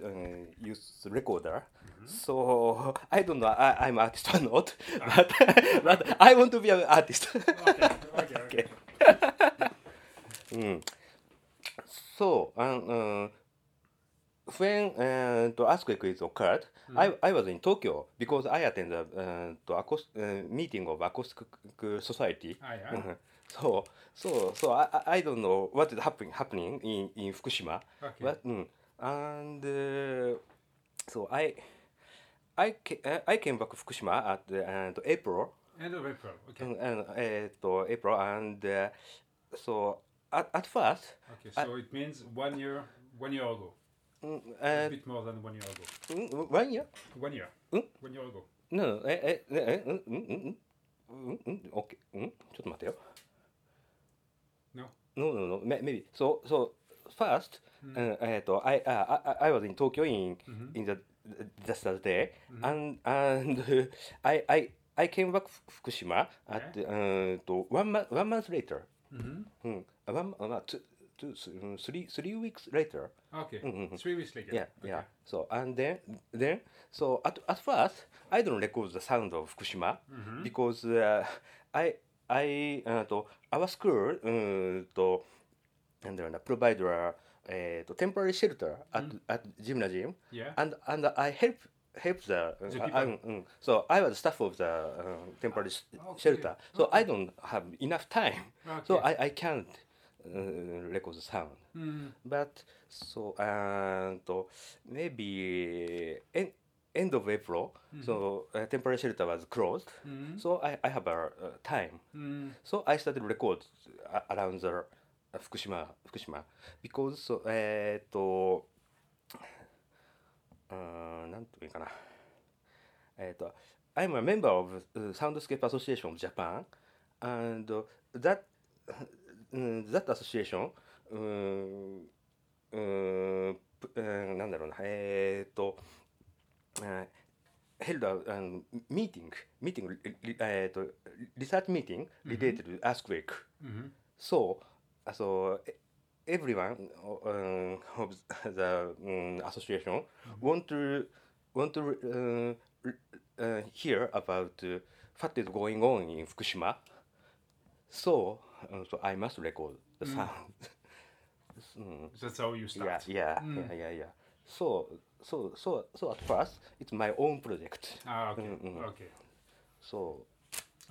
uh, use recorder. So I don't know. I, I'm artist or not, but but I want to be an artist. Okay, okay, okay. okay. mm. So um, uh, when uh, the earthquake is occurred, I, I was in Tokyo because I attended uh, the acoust- uh, meeting of acoustic society. はいはい。 so so so I I- I don't know what is happening happening in in Fukushima. Okay. But mm, and uh, so I I ca- uh, I came back to Fukushima at the and April End of April. Okay. and, and uh, to April and uh, so at, at first Okay. So it means one year, one year ago. mm, A uh, bit more than one year ago. mm, one year One year. Mm? One year ago. no eh eh eh, eh mm mm mm mm mm mm, okay mm ちょっと待ってよ No. no no no may- maybe so so first uh, えっと I uh, I I I was in Tokyo in Mhm. in the just that day and and I I I came back f- Fukushima at uh, to one month one month later Mhm. うん、あ one uh, two two um, three three weeks later Okay. Mm, mm, Three weeks later. yeah okay. yeah so and then then so at at first I don't record the sound of Fukushima Mhm. because uh, I I あと our school うーんとなんだろうな provide a えーと temporary shelter at、at gymnasium Yeah. and and I help help the, The I, people. I'm- mm, so I was staff of the uh, temporary s- Okay, shelter so I don't have enough time Okay. so I I can't uh, record the sound Mm. but so and to maybe end end of April so uh, temporary shelter was closed Mhm. so I I have a uh, time Mm. so I started record uh, around the uh, Fukushima, Fukushima, because so, えーっと、うーん、なんというかな、えーっと、I'm a member of uh, Soundscape Association of Japan, and that mm, that association, うーん、うーん、ぷうーんなんだろうな、えーっと、uh, held a um, meeting, meeting, re- re- uh, to- research meeting related to earthquake. Mhm. So, uh, so e- everyone uh, um, of the um, association want to want to uh, re- uh, hear about uh, what is going on in Fukushima. So, uh, so I must record the sound. Mm. That's how you Yeah, start. yeah, Mm. yeah, yeah, yeah. So, so, so, so at first, it's my own project. Ah, okay. Mm, mm. Okay. So,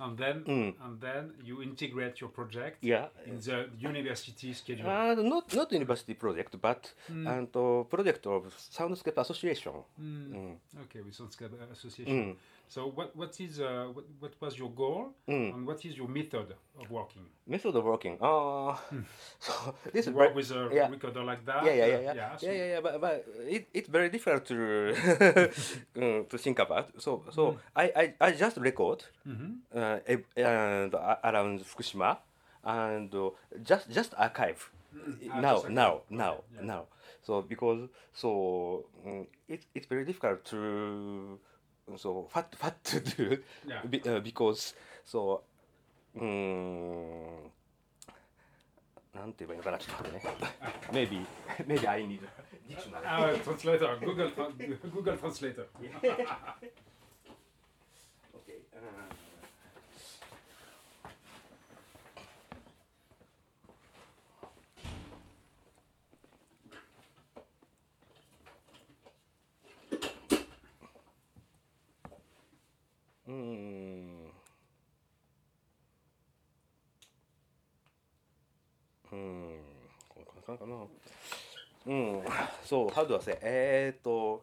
And then, Mm. and then you integrate your project yeah, in the university schedule. uh, not not university project, but and uh, project of Soundscape Association. Mm. Mm. Okay, with Soundscape Association. Mm. So what what is uh, what, what was your goal Mm. and what is your method of working? Method of working. Uh, so this You is work very- with a yeah. recorder like that? yeah, yeah, uh, yeah, yeah, yeah, so- yeah, yeah, yeah. But, but it, it's very difficult to mm, to think about. So, so I, I, I just record. Mhm. uh, ev- and a- around Fukushima and uh, just just archive Ah, now just archive. now now yeah. now so because so mm, it, it's very difficult to so what what to do Yeah. be, uh, because so うーんなんて言えばいいのかなちょっと待ってね maybe maybe I need a dictionary Ah, translator, Google, tra- Google translator. Okay. Uh, Mm. Mm. こんな感じかな。うん。そう、how do I say? えーっと。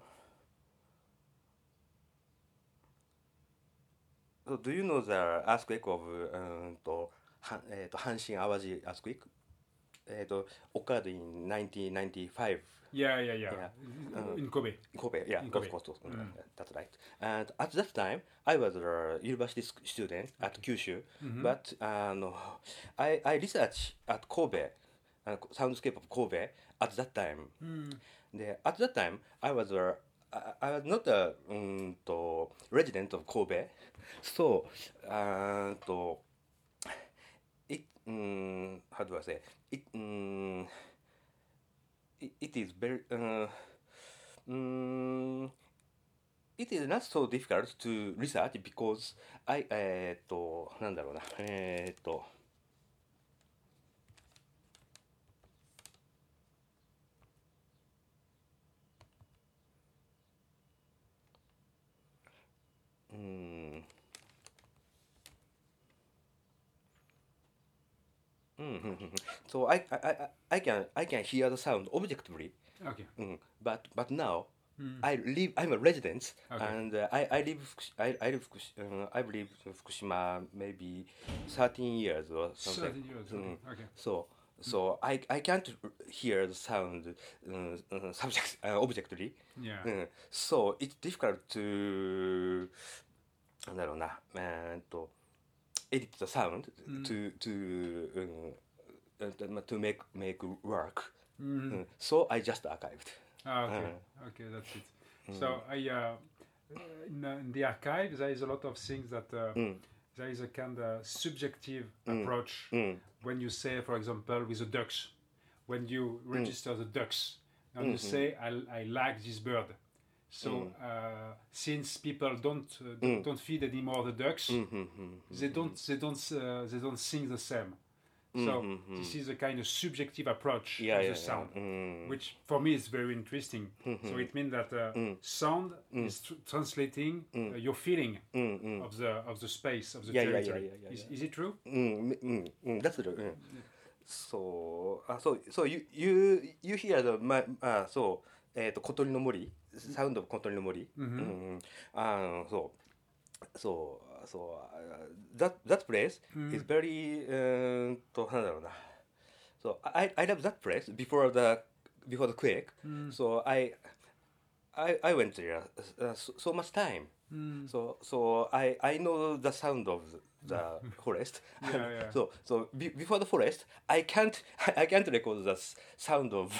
So do you know the earthquake of うーんとはえーと阪神淡路 earthquake えっ、と occurred in 1995 Yeah, yeah, yeah. Yeah. In Kobe. 神戸 yeah In of Kobe. course of course. Mm. that's right and at that time I was a university sc- student at Kyushu but あの I I research at Kobe あの soundscape of Kobe at that time Mm. The, at that time, I was a, I, I was not a うーんと resident of Kobe. So, あーんと it, うーん how do I say? It, うーん it, it is very, うーんうーん it is not so difficult to research because I えーっとなんだろうなえーっとうーんうんうんうんうん so I I I I can I can hear the sound objectively Okay. うん but but now Mm. I live. I'm a resident, Okay. and uh, I I live. Fukush- I I live. Fukush- Uh, I've lived in Fukushima maybe thirteen years or something. Certain years. Mm. Okay. So so I I can't hear the sound uh, uh, subject uh, objectively. Yeah. Uh, so it's difficult to なんだろうなえーっと edit the sound to to、うん、uh, to make make work. Uh, Mm. so I just archived. Ah, okay. Uh-huh. Okay, that's it. Mm. So I, uh, in, uh, in the archive, there is a lot of things that uh, there is a kind of subjective Mm. approach when you say, for example, with the ducks, when you Mm. register the ducks, and you Mm-hmm. say, I, I like this bird. So Mm. uh, since people don't uh, don't- don't feed anymore the ducks, Mm. they Mm-hmm. don't they don't uh, they don't sing the same. So this is a kind of subjective approach Mm-hmm. Yeah, of yeah, Mm-hmm. the sound yeah. Mm. which for me is very interesting. So it means that uh, Mm. sound is tr- translating uh, your feeling of the of the space of the Mm. Yeah, yeah, yeah, territory. yeah, yeah, is, yeah. is it true? うん、うん、うん、that's the, うん。そう、あ、そう、そう、you, you, you hear the, ま、あ、そう、えっ、と、小鳥の森、サウンド小鳥の森。うん、うん、あの、そう、そう、そう、that, that place is very, うーんと、なんだろうな。そう、I, I love that place before the, before the quake.、So Hmm. I, I, I went there uh, so, so much time. Hmm. So so I, I know the sound of the forest. Yeah, yeah. so so be, before the forest, I can't I can't record the s- sound of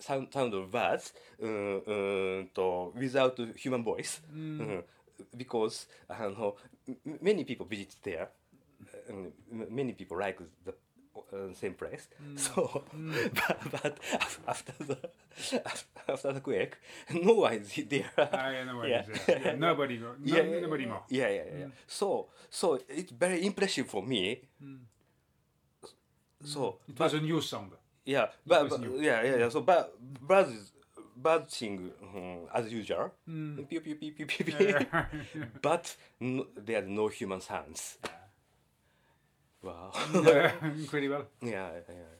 sound sound of birds uh, uh, to, without human voice Hmm. uh, because uh, no, m- many people visit there. Uh, m- many people like the uh, same place. Mm. So, but, but af- after the af- after the quake, no one is there. I know what Yeah. it is. Ah, Yeah, nobody, no, no- Yeah, yeah, nobody more. Mm. Yeah, yeah, yeah. So, so it's very impressive for me. Mm. So, It was a new sound. yeah, but, Mm. was but new. yeah, yeah, yeah. So, but birds, is- birds sing um, as usual. Mm. Pew, pew, pew, pew, pew, pew. but no, there are no human sounds. Wow. Mm. Incredible. Mm. yeah, yeah, yeah.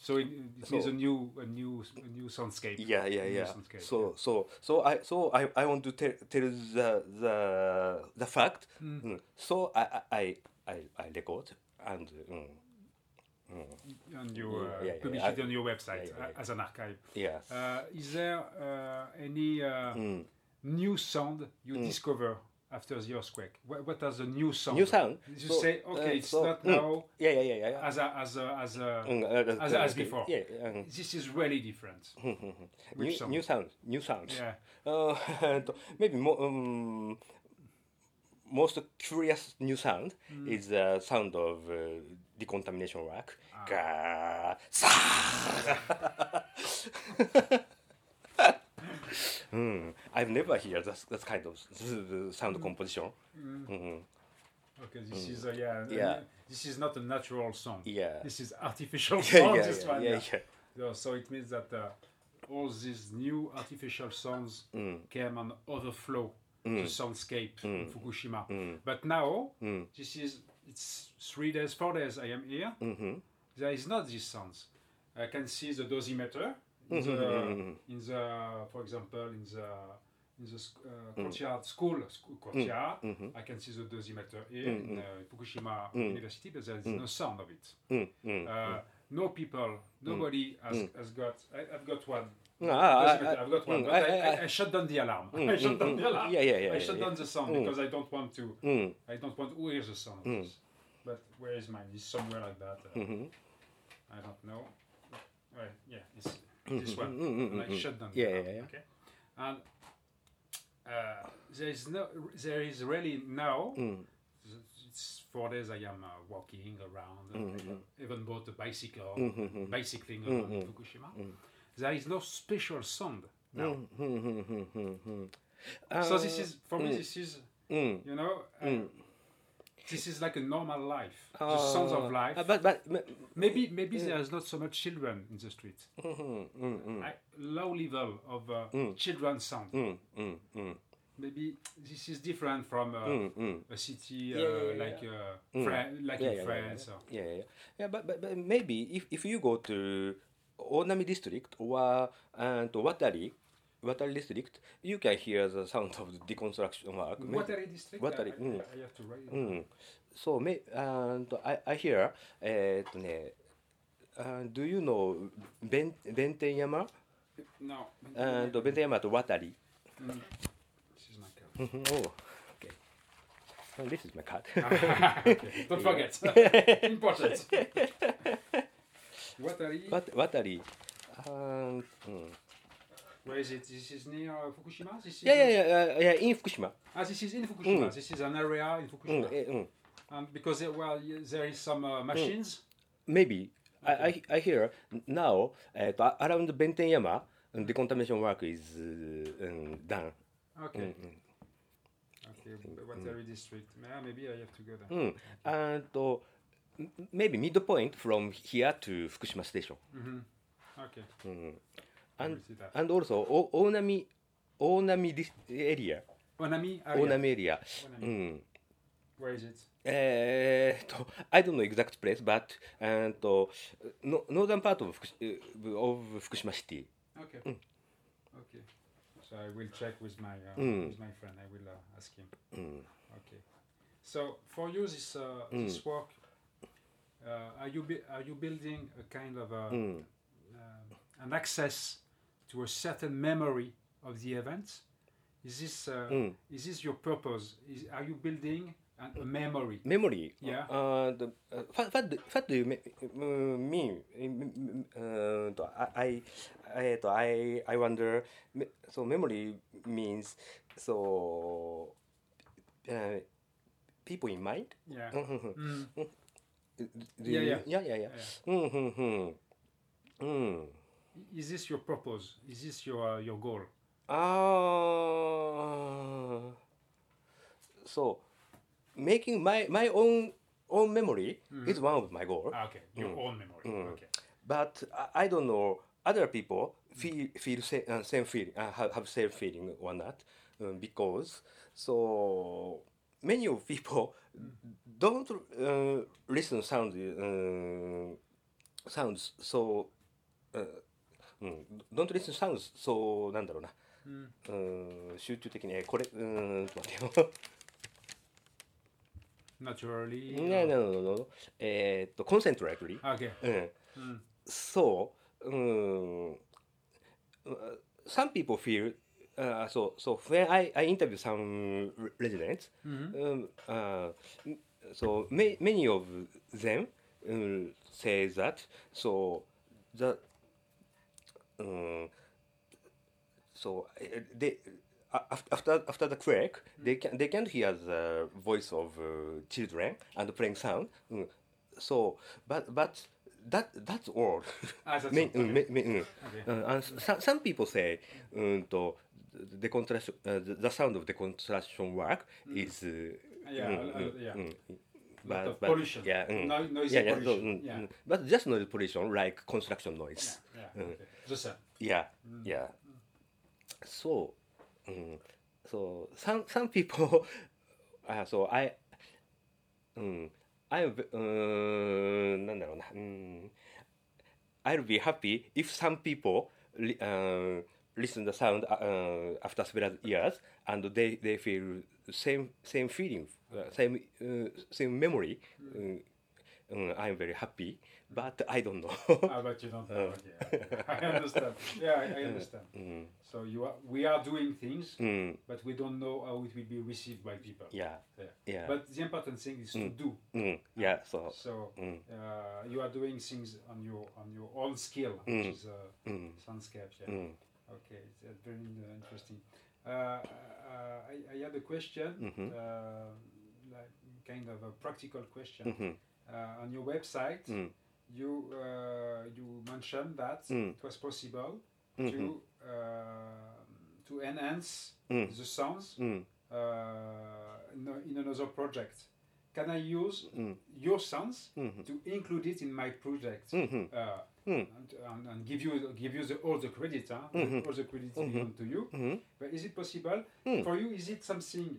So it, it So- means a new, a new, a new soundscape. Yeah, yeah, New yeah. soundscape, So, so, so I, so I, I want to tell, tell the, the, the fact. Mm. So I, I, I, I- I record and. mm, and you uh, yeah, yeah, publish yeah. it on your website Yeah, yeah, a- as an archive. Yes. Uh, is there uh, any uh, Mm. new sound you discover after the earthquake? What, what are the new sound? New sound. You So, say, uh, okay, it's so- not mm. now yeah, yeah, yeah, yeah. yeah. as a, as a, as a, Mm, uh, uh, as, as before. Yeah. yeah, um, This is really different. Mm. Which new, new sound? sound. New sound. Yeah. Uh, and maybe mo um, most curious new sound Hmm. is the sound of uh, decontamination work. Ah. Gah, sa- Hmm, I've never heard that, that kind of s- Hmm. sound composition. Okay, this is uh, yeah, Mm. Yeah. uh, This is not a natural sound. Yeah. This is artificial Yeah, sound. yeah, this yeah, one. yeah, yeah. yeah. Yeah, so it means that uh, all these new artificial sounds Mm. came and overflow the soundscape in Fukushima. Mm. Hmm, But now, this is it's three days, four days I am here. hmm, There is not these sounds. I can see the dosimeter in the, Mm-hmm. in the for example, in the in the sc- Mm. uh, courtyard school, school courtyard. Mm-hmm. I can see the dosimeter here in uh, Fukushima Mm. University, but there is no sound of it hmm, uh, no people, nobody has, has got. I, I've got one. Mm. No, I- Doesn't I- matter, I've got one. mm, but I- I, I, I- Mm, I shut down the alarm. Uh, I shut down the alarm. hmm, Yeah, yeah, yeah, Hmm, I yeah, shut yeah. Mm. down the sound because I don't want to. I don't want to hear the sound. Of this. But where is mine? It's somewhere like that. Mm. Uh, hmm, I don't know. Well, yeah, it's Mm, this one. And I shut down. Yeah, the yeah, alarm, yeah. Okay, and uh, there is no. There is really now hmm, it's four days I am uh, walking around. Mm-hmm. I even bought a bicycle, bicycling around Fukushima. There is no special sound now. hmm, so this Uh, is for mm. me. This is you know. Uh, This is like a normal life, the sounds of life. Uh, but but m- Maybe maybe Mm. there's not so much children in the street. Mm-hmm, I- low level of uh, Mm. children sound. Maybe this is different from uh, a city uh, like uh, Fran- like in Mm, yeah, yeah, France. or- yeah, yeah, yeah. yeah but, but but maybe if if you go to Onami district or and Watari, Watari district, you can hear the sound of the deconstruction work. May- Watari district. Watari, I, I, mm. uh, I have to write. it. うん、そうめあんと I, I hear えーっとねあ Do you know 弁弁天山 No. あんと弁天山と渡り This is my car. うんおう OK This is my card Okay, Don't forget. Important. what are you? わ渡りあんうん Where is it? This is near uh, Fukushima. This is いやいやいやいや in 福島 Ah, this is in Fukushima. This is an area in うん Fukushima. えうん And because there, well, y- there is some uh, machines. Maybe I I I hear now えーっと around 弁天山 decontamination work is うん done Okay. Okay. but What area district? Yeah, maybe I have to go there. うん、あーと、m- maybe midpoint from here to 福島 station. Mm-hmm. Okay. And, see that. and also, お大波、大波 this area, Onami area. 大波 area. う Onami. ん。 Where is it? えーっと、I don't know exact place, but, えーっと、no- northern part of 福 of 福島 city. Okay. Okay. So I will check with my uh, with my friend. I will uh, ask him. Okay. So for you, this uh, this work, uh, are you bui- are you building a kind of a, Mm. uh, an access to a certain memory of the event? Is this uh, is this your purpose? Is, are you building an, a memory? Memory. Yeah. Uh, the, uh, what, what, do- what do you me- uh, mean? Um, Uh, to- I, I, I, to- I, I wonder. me- So memory means so uh, people in mind. Yeah. Mm. Do Yeah, you- yeah. yeah, yeah, yeah. Mm, mm, mm. Mm. Is this your purpose? Is this your uh, your goal? Ah. So making my my own own memory is one of my goal. Ah, okay, your own memory. Okay. but I, I don't know other people feel feel same, uh, same feeling uh, have, have same feeling or not um, because so many of people don't uh, listen sound uh, sounds so uh, うん、don't listen sounds そうなんだろうな、Mm. うん、集中的にえこれうんちょっと待ってよ Naturally. uh, いやいやいやいやいやえーっと concentrately Okay. うん、そう、うん、some people feel uh, so so when I, I interview some re- residents um, uh, so may, many of them um, say that so the um, so uh, they uh, af- after after the quake they can they can't hear the voice of uh, children and playing sound Mm. so but but that that's all Ah, that's Me- all, mm, me- me- mm. Okay. Uh, and s- some, some people say um, to the contrast uh, the, the sound of the construction work is uh, Yeah, mm, a- a- mm, yeah. mm. Lot but, of but pollution. yeah mm. No- noisy yeah, yeah, so, pollution. mm, Yeah. mm. but just noise pollution like construction noise Yeah, okay. The sun. Yeah, yeah. So, um, so some some people, uh, so I, um, I, um, なんだろうな、um, I'll be happy if some people, li- uh, listen the sound, uh, uh, after several years, and they they feel same same feeling, uh, same uh, same memory. Um, um, I'm very happy, but I don't know. Ah, but you don't Oh. know. Okay. I understand. Yeah, I, Mm, I understand. So you are, we are doing things, but we don't know how it will be received by people. Mm, yeah. Mm. Yeah. Yeah. But the important thing is to do. うん、いや、そ So mm, uh, you are doing things on your on your own skill, Mm. which is uh, soundscape. Yeah. Okay, that's very uh, interesting. Uh, uh, I, I had a question, Mm-hmm. uh, like kind of a practical question. mm-hmm, Uh, on your website, Mm. you uh, you mentioned that it was possible to uh, to enhance Mm. the sounds uh, in, a- in another project. Can I use mm, your sounds mm-hmm, to include it in my project Mm. uh, and, and, and give you give you the, all the credit, huh? all the credit given to you? mm-hmm, But is it possible for you? Is it something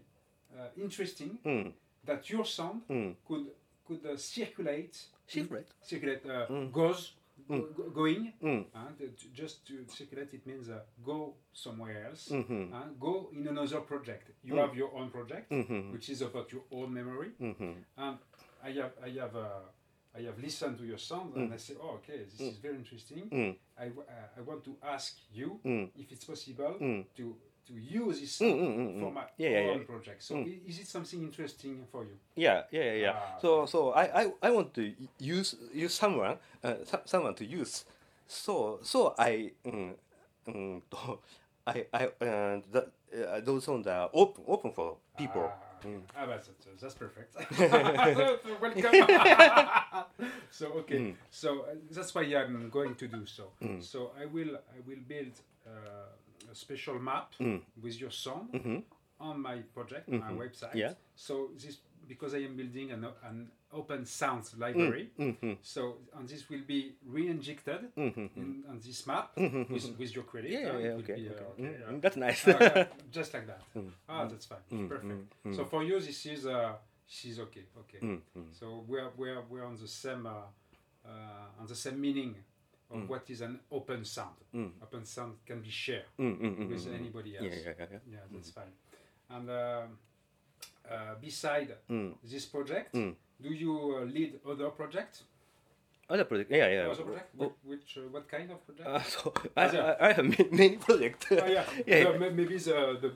uh, interesting mm, that your sound could could uh, circulate Circulate? circulate uh, Mm. goes go- go- going and uh, j- just to circulate it means uh, go somewhere else Mm. mm-hmm, and go in another project you have your own project Mm. mm-hmm, which is about your own memory and i have i have uh, I have listened to your sound Mm. and I say, oh, okay, this is very interesting. I, w- uh, I want to ask you Mm. if it's possible to to use this sound for my mm, Yeah, yeah, own yeah. Mm. project. So i- is it something interesting for you? Yeah, yeah, yeah, yeah. Ah, so, so I, I, I want to use use someone, uh, so- someone to use. So, so I, um, um, I, I, uh, the, uh, those songs are open, open for people. Ah, ah, bah, ça- ça- that's perfect. Welcome. so okay, Mm. so uh, that's why I'm going to do so. So I will I will build uh, a special map Mm. with your song on my project, my website. Mm-hmm. Yeah. So this because I am building an, o- an open sounds Mm. library. Mm-hmm, So and this will be re-injected in, on this map with, with your credit. Mm-hmm. Yeah, yeah, huh? It yeah, will okay, be, uh, okay. okay, yeah. Mm, That's nice. Ah, yeah, just like that. Mm. Ah, that's fine. Perfect. So for you, this is uh, she's okay. Okay. Mm. So we're we're we're on the same uh, uh, on the same meaning of Mm. what is an open sound. Open sound can be shared with anybody else. Mm-hmm. yeah, yeah, Mm. yeah, yeah. that's fine. And um uh, beside this project, Mm. do you uh, lead other projects? Other project, yeah, yeah. Oh. Other project? Wh- Which uh, what kind of project? Uh, so I, Other. I, I have ma- many projects. Ah, yeah. yeah. The- ma- maybe the the,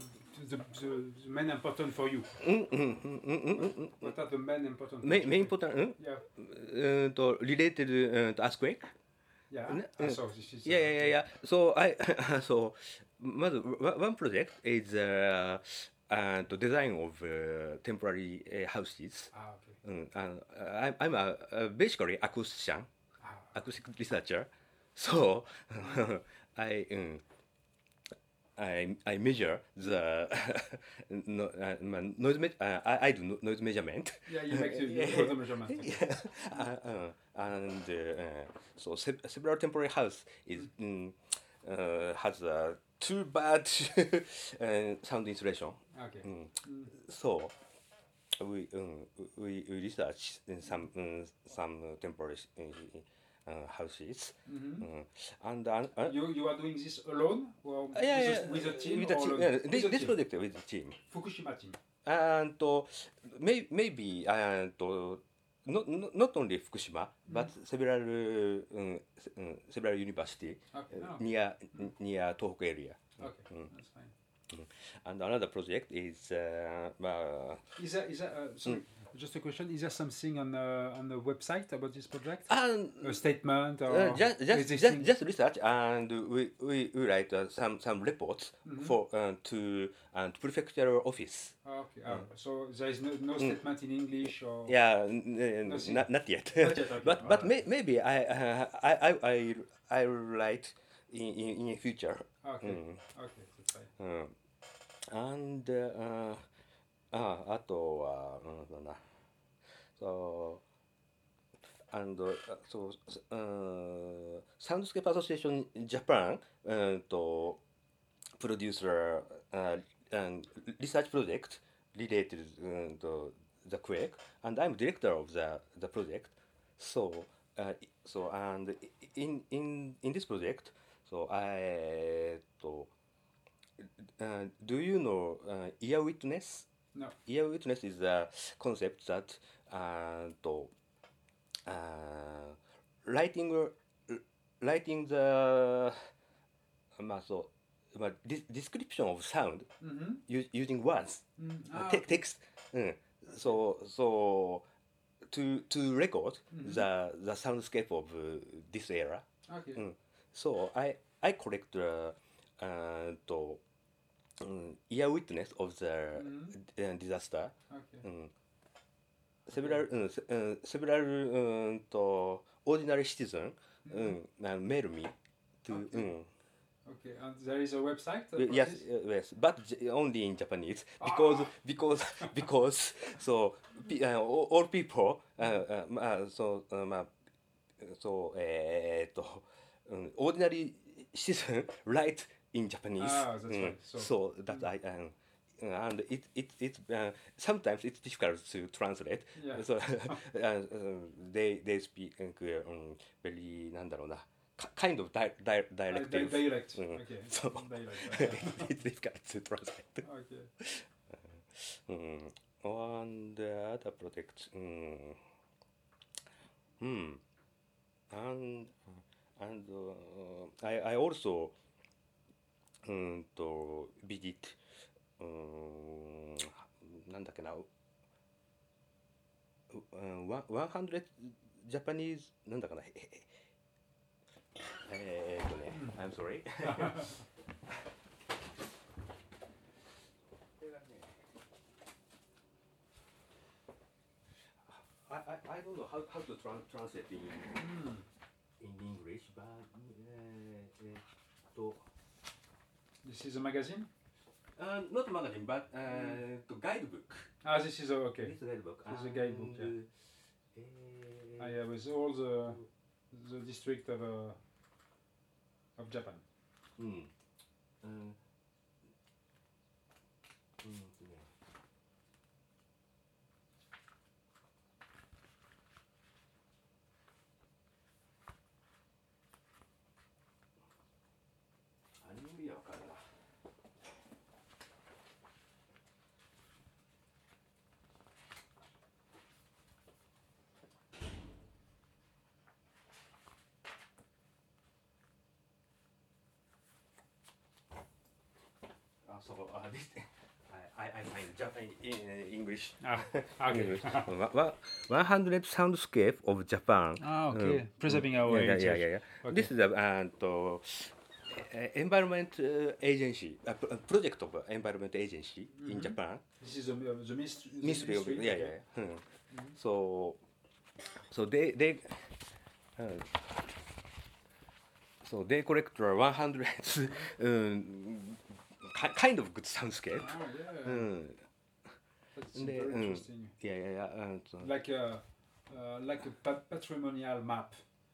the, the the main important for you. What are the main important? Main, project? main important, um, Yeah, uh, to related uh, to earthquake. yeah. Ne- Ah, uh, so this is. yeah, yeah, yeah, yeah. So I, so, まず、one one project is uh, uh, the design of uh, temporary uh, houses. Ah, okay. うん、あの、I, I'm a, a basically acoustician, Ah. acoustic researcher. So I, うん、I, I measure the no, uh, ma- noise me- uh, I, I do no- noise measurement. Yeah, you make the, you do the measurement. uh, uh, and uh, so se- several temporary house is mm, uh, has a too bad uh, sound insulation. Okay. Mm. So we um, we we research in some um, some temporary uh, houses, Um, and uh, uh, Mm-hmm. You you are doing this alone or yeah, yeah, Uh, with, a, with a team with a or team, alone? yeah, With this, a this team. project with the team. Fukushima team. and uh, may, maybe and uh, not, not not only Fukushima but several uh, um, s- um, several university Okay. uh, No. near near Tohoku area. Okay. That's fine. And another project is uh, uh, Is there is there uh, sorry. Mm. Just a question: Is there something on the on the website about this project? and A statement or Ah. uh, just, just, just, existing- just research and we, we, we write uh, some some reports for uh, to and prefectural office. Okay. ah, So there is no, no statement in English or Mm. Yeah, n- n- No, see. not, not yet. Not yet, okay. but but may, maybe I, uh, I I I I will write in in, in the future. Okay. Mm. Okay. That's fine. うん。And uh, uh, ああとはうんそうだな。そう and uh, そううんサウンドスケープアソシエーションジャパンうんとプロデューサーあ and research project related うんと the quake and I'm director of the the project so uh, so and in in in this project so I えっと Uh, do you know uh, ear witness? No. Ear witness is a concept that uh, to, uh, writing uh, writing the um, uh, まあそうまあ dis- description of sound Mhm. u- using words Mm. uh, Ah, te- text うん so so to to record the the soundscape of uh, this era okay. Mm. So I I collect the uh, to um, ear witness of the uh, disaster. Okay. Mm. Several um, se- uh, several um, to ordinary citizen um, uh, mail me to Okay. um, Okay, and there is a website. Uh, for yes, this? uh, yes, but j- only in Japanese because because because so pe- uh, all, all people uh, uh, ma- uh, so uh, ma- so eh, えーっと、um, ordinary citizen write in Japanese. Ah, that's Mm, right. So- that I um, and it it it uh, sometimes it's difficult to translate. Yeah. So uh, um, they they speak uh, um, very なんだろうな。か kind of di- di- Uh, dialect. di- direct. Mm. Okay. So- Direct. Okay. it's difficult to translate. okay. Mm. And the other project. Mm. Mm. And and uh, I I also um, to visit um, なんだっけなうんわ100ジャパニーズなんだかなへへえーっとね I'm sorry これがね I, I, I don't know how, how to tran translate in, Mm. in English, but uh, えっと This is a magazine. uh, not magazine, but uh, to guidebook. Ah, this is a, okay. It's a guidebook. It's a guidebook, yeah. And, uh, I uh, with all the the district of uh, of Japan. うん。うん。うんとね。アニメやわかるな。あ、そう、あ、ですね。I, I, I find Japan in English. Ah, Mm-hmm. okay. One hundred soundscape of Japan. ah, okay. Um, Preserving yeah, our yeah, heritage. yeah, yeah. Okay. This is a and uh, e- environment uh, agency, a pro- a project of environment agency in Japan. This is the uh, the mystery. Ministry of yeah, yeah, yeah. Hmm. So, so they they. uh, so they collect uh, 100 um, ki- kind of good soundscape. Oh, yeah. Mm. That's And they- very mm. interesting. Yeah, yeah, yeah. And, uh, Like a uh, like a pa- patrimonial map.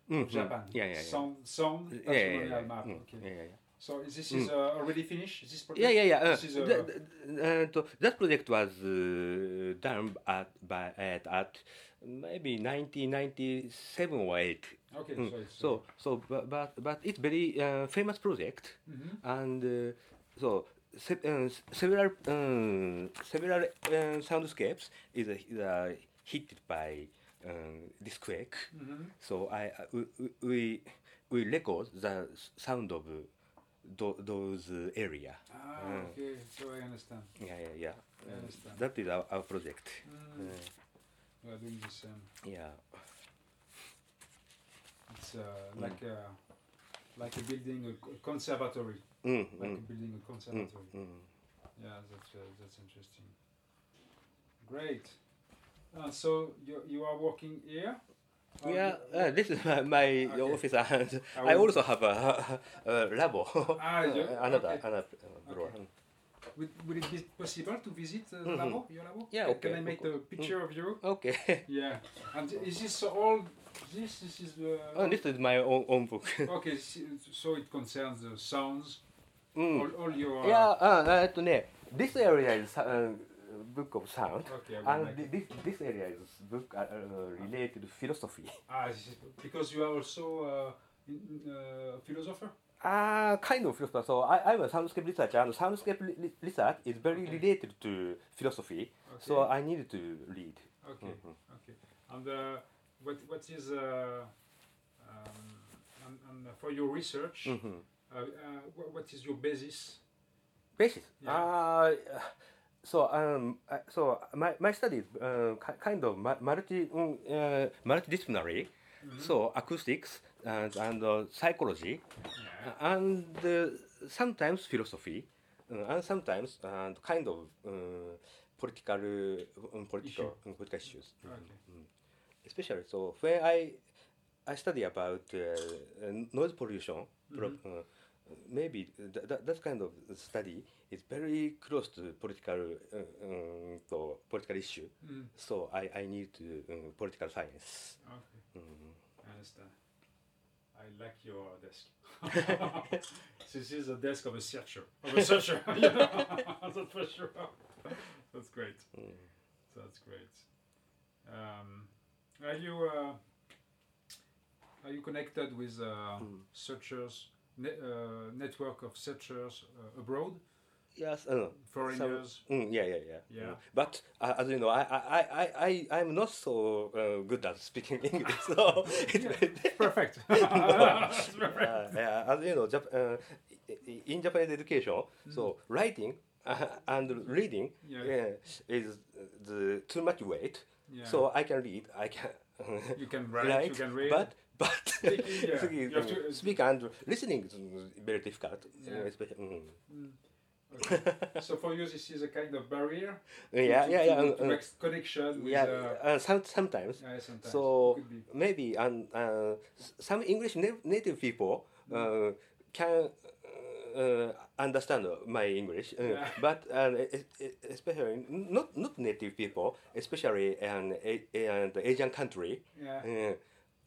mm, of mm. Japan. Yeah, yeah, yeah. Sound, sound yeah, yeah, yeah, patrimonial yeah. map. Mm, Okay. yeah, yeah, yeah. So is this is uh, already finished? Is this project? Yeah, yeah, yeah. Uh, This is a, th- th- uh, to- that project was uh, done at by at, at maybe 1997 or 8. okay. So it's uh, mm. So so bu- but but it's very uh, famous project, Mm-hmm. and uh, so se- uh, s- several um, several uh, soundscapes is uh, is, uh, hit by um, this quake. mm-hmm. So I I- we- we- we we record the s- sound of tho- those uh, area. ah, okay. So I understand. Yeah, yeah, yeah. I Uh, understand. that is our, our project. Mm. We are doing this. Um, Yeah. it's uh, Mm. like a like a building a co- conservatory. Mm, Like mm, building a conservatory. mm. Yeah, that's uh, that's interesting. Great. Uh, so you you are working here? Or Yeah, you- uh, this is my, my Okay. office, and I I will- also have a, a labo. Ah, you- another, okay. another uh, drawer. Okay. Would, would it be possible to visit uh, the labo, your labo? Mm-hmm. Yeah, Can- okay, Can I make okay. Mm. a picture of you? Okay. Yeah. And is this all? This this is the. oh, this is my own, own book. okay, s- so it concerns the sounds. Mm. All, all your. Yeah, uh, uh, to ne, this area is uh, book of sound, Okay. I will and make thi- it. this this area is book uh, uh, related to philosophy. Ah, this is- because you are also uh, in, uh, a philosopher. Ah, kind of philosopher. So I, I'm a soundscape researcher, and soundscape re- re- research is very Okay. related to philosophy. Okay. So uh, I needed to read. Mm-hmm. Okay. Okay. And uh, what what is uh, um, and, and for your research? Mm. Mm-hmm. Uh, uh, wha- what is your basis? Basis. Yeah. Ah, so um, uh, so my, my study is uh, ki- kind of mu- multi mm, uh, multidisciplinary. So acoustics and and uh, psychology, Yeah. and uh, sometimes philosophy, uh, and sometimes and kind of uh, political um, political um, political issues. Okay. especially so when I I study about uh, uh, noise pollution, pro- uh, maybe th- th- that kind of study is very close to political uh, um, to political issue. Mm, So I, I need to um, political science. Okay. Mm. I understand. I like your desk. this is a desk of a searcher. Of a searcher. you know? That's for sure. That's great. Mm. That's great. Um, are you uh, are you connected with uh, Hmm. searchers ne- uh, network of searchers uh, abroad, Yes, I know. foreigners? Mm, yeah, yeah, yeah. Yeah. Mm. But uh, as you know, I, I, I, I, I'm not so uh, good at speaking English, so it's very Perfect. That's perfect. uh, yeah, as you know, Jap- uh, i- i- in Japanese education, so writing uh, and reading Mm. Yeah. yeah, is the too much weight. Yeah. So I can read, I can You can write, you can read. but but Speaking, yeah. speaking, You have to, uh, uh, speak and listening is uh, very difficult. Yeah. uh, especially- mm. Okay. so for you, this is a kind of barrier. to- Yeah, to- yeah, yeah. to- um, to um, make connection with. yeah, uh, uh, some, sometimes. Yeah, sometimes. So Could be. maybe um, uh, s- some English na- native people Mm-hmm. uh, can uh, understand my English, uh, Yeah. but um, e- e- especially not not native people, especially an and Asian country. Yeah. uh,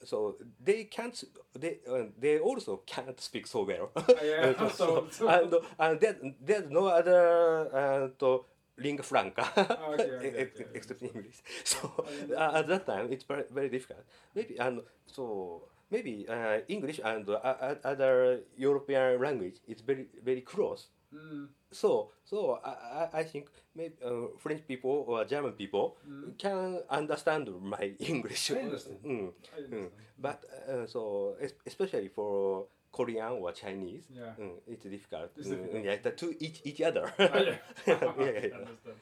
so they can't they uh, they also can't speak so well yeah, Uh, so- so- and and there, ah, there's no other uh, to lingua franca Ah, okay, okay, ex- okay, I except English so uh, at that time it's very, very difficult maybe and so maybe uh, English and uh, o- other European language is very very close Mm, so so I, I- I think maybe uh, French people or German people can understand my English. Mm. I understand. Mm. I understand. But uh, so es- especially for Korean or Chinese, Yeah. mm, it's difficult. It's Mm, difficult. yeah, the two each each other. Ah, yeah. yeah, I yeah, yeah. understand.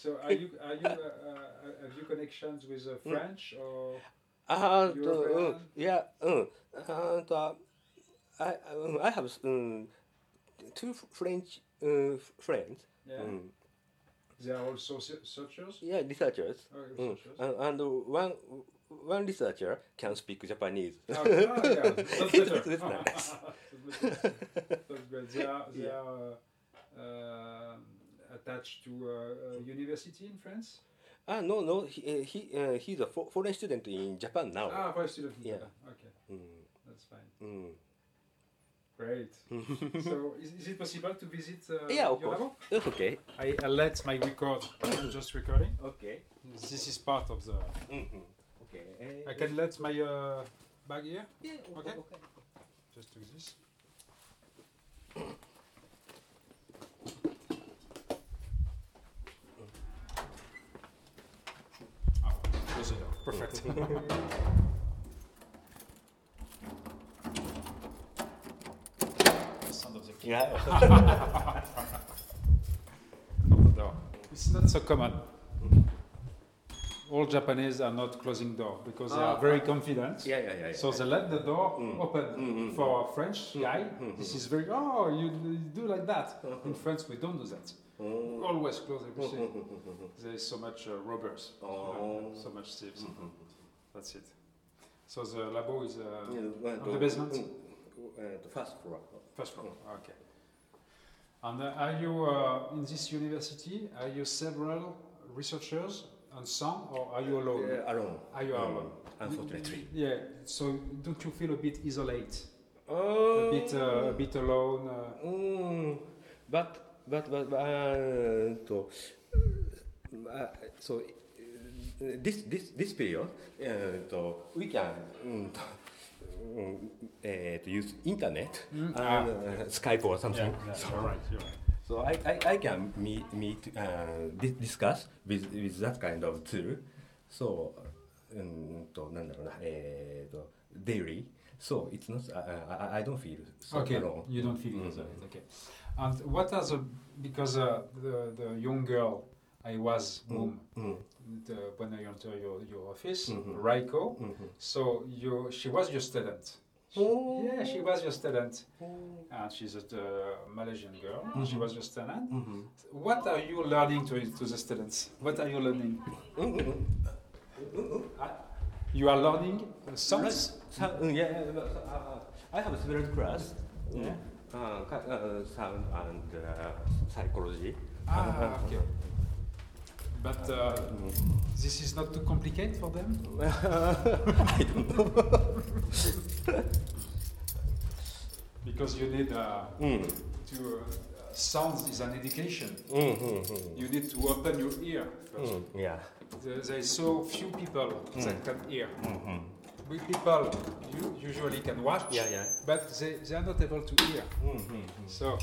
So are you are you uh, uh, have you connections with Mm. uh, French or And, uh, European? mm, yeah, mm, and uh, I um, I have um, two French uh, friends. yeah? Mm. They are also se- searchers. Yeah, researchers. Oh, Mm. researchers. And, and one one researcher can speak Japanese. Ah, okay. Ah, yeah. That's better. Oh. That's nice. That's better. That's great. They are they are uh, um, attached to uh, a university in France. ah, no, no, he uh, he uh, he's a fo- foreign student in Japan now. Ah, for a student. in Yeah. Japan. Okay, Mm, that's fine. mm. Great. so is, is it possible to visit? Uh, Mm-hmm. Yeah, of your course. labo? That's okay. I, I let my record. I'm just recording. Okay. This is part of the. Mm-hmm. Okay. eh, I can let my uh, bag here. Yeah, o- Okay. okay. Just do this. Ah, close it up. Perfect. The sound of the key. Yeah. door. It's not so common. All Japanese are not closing door because they are very confident. Ah. yeah, Mm. Mm-hmm. yeah, yeah. yeah. So they let the door open for a French Mm-hmm. guy. This is very oh you d- do like that. Mm-hmm. In France we don't do that. Oh. We Always close everything. there is so much uh, robbers, Oh. so much thieves. That's it. So the labo is uh, Yeah, on but- the basement. Mm, uh, the first floor. First floor. Okay. And uh, are you uh, in this university? Are you several researchers and some, or are you alone? Yeah, alone. Are you alone? Unfortunately. Yeah. So don't you feel a bit isolated, Oh. a bit, uh, a bit alone? Uh, Mm, but but but but, uh, to, uh, so uh, this this this period uh, to, we can um, to, um, uh, to use internet and Ah. uh, Skype or something. you're right. You're right. So I, I, I can meet meet uh, di- discuss with with that kind of tool. So うんとなんだろうなえーと daily. So it's not uh, I I don't feel so Okay, alone. Mm-hmm. you don't feel isolated. Okay. And what are the because uh, the the young girl I was Mm. whom the, when I entered your, your office, Mm-hmm. Raiko. So you she was your student. She- Oh. Yeah, she was your student, and she's a uh, Malaysian girl. Mm-hmm. She was your student. What are you learning to to the students? What are you learning? Mm-hmm. Ah, You are learning songs. Mm-hmm. So, yeah, yeah, yeah, but, uh, I have several class. Yeah. uh, ki- uh, sound and uh, psychology. Ah, okay. But uh, Mm-hmm. this is not too complicated for them. I don't know. Because you need uh, Mm-hmm. to. Uh, sounds is an education. Mm, mm, mm. You need to open your ear. first. Mm, yeah. There, there is so few people that can hear. Mm-hmm. We people you usually can watch, Yeah, yeah. but they, they are not able to hear. Mm, mm, So,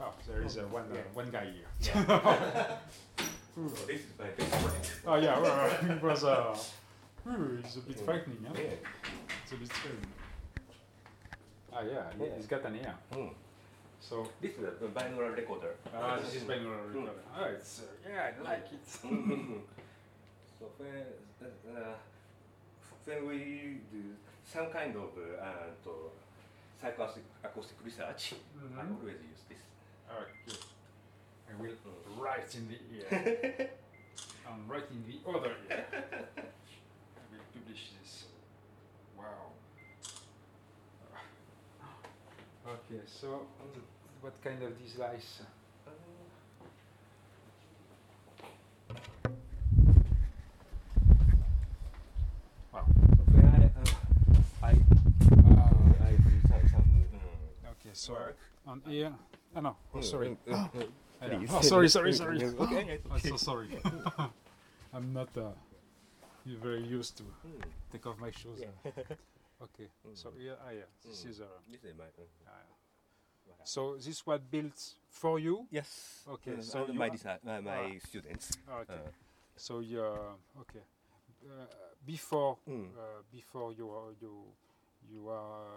wow, there is uh, one, uh, one guy here. mm. This is my favorite. Oh yeah, well, it was uh, hmm, it's a bit frightening, huh? Yeah. It's a bit frightening. Ah yeah, he- Yeah. he's got an ear. Mm. So This is a binaural recorder. uh, this is binaural recorder. Oh, it's uh, yeah, I like it. So when, uh, uh, when we do some kind of uh, uh, to psychoacoustic research, I Mhm. always use this. Okay. I will right in the ear. and right in the other ear. I will publish this. Wow. Okay, so what kind of device? Wow. So when I, uh, I, I do some, some Uh, Okay, so on here. Oh no, oh, sorry. Ah, yeah. please. Oh, sorry, sorry, sorry. Okay, it's I'm so sorry. I'm not uh, very used to take off my shoes. Okay, Mm. so here I am. This is uh, this is my. mm. uh, so this was built for you. Yes. Okay, Mm, so and you my are- design, uh, my Alright. students. Ah, Okay. Uh, so you uh, okay. Uh, before Mm. uh, before you are- you you are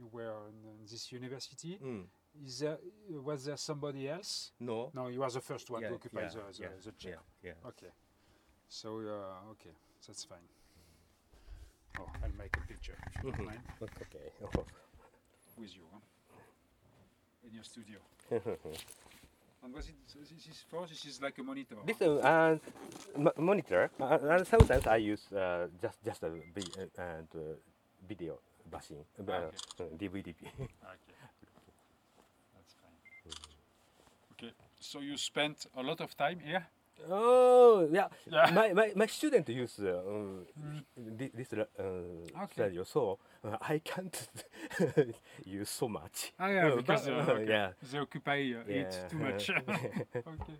you were in, uh, this university. mm. Is there, was there somebody else? No. No, you are the first one Yeah, to occupy yeah, the, the, yeah, the chair. Yeah. Yeah. Okay. So, uh, okay, that's fine. Oh, I'll make a picture if you Mm-hmm. don't mind Okay. with you huh? in your studio. and was it so this is for this is like a monitor? huh? This uh, and mo- monitor uh, and sometimes I use uh, just just a vi- uh, and uh, video machine, uh, Ah, Okay. uh, DVD. Ah, Okay. That's fine. Mm-hmm. Okay. So you spent a lot of time here? oh yeah. Yeah. My, my my student use uh, um, thi- this uh, Okay. studio, so uh, I can't use so much. Ah yeah, Uh, because but, uh, uh, okay. yeah. they occupy uh, it Yeah. too much. okay,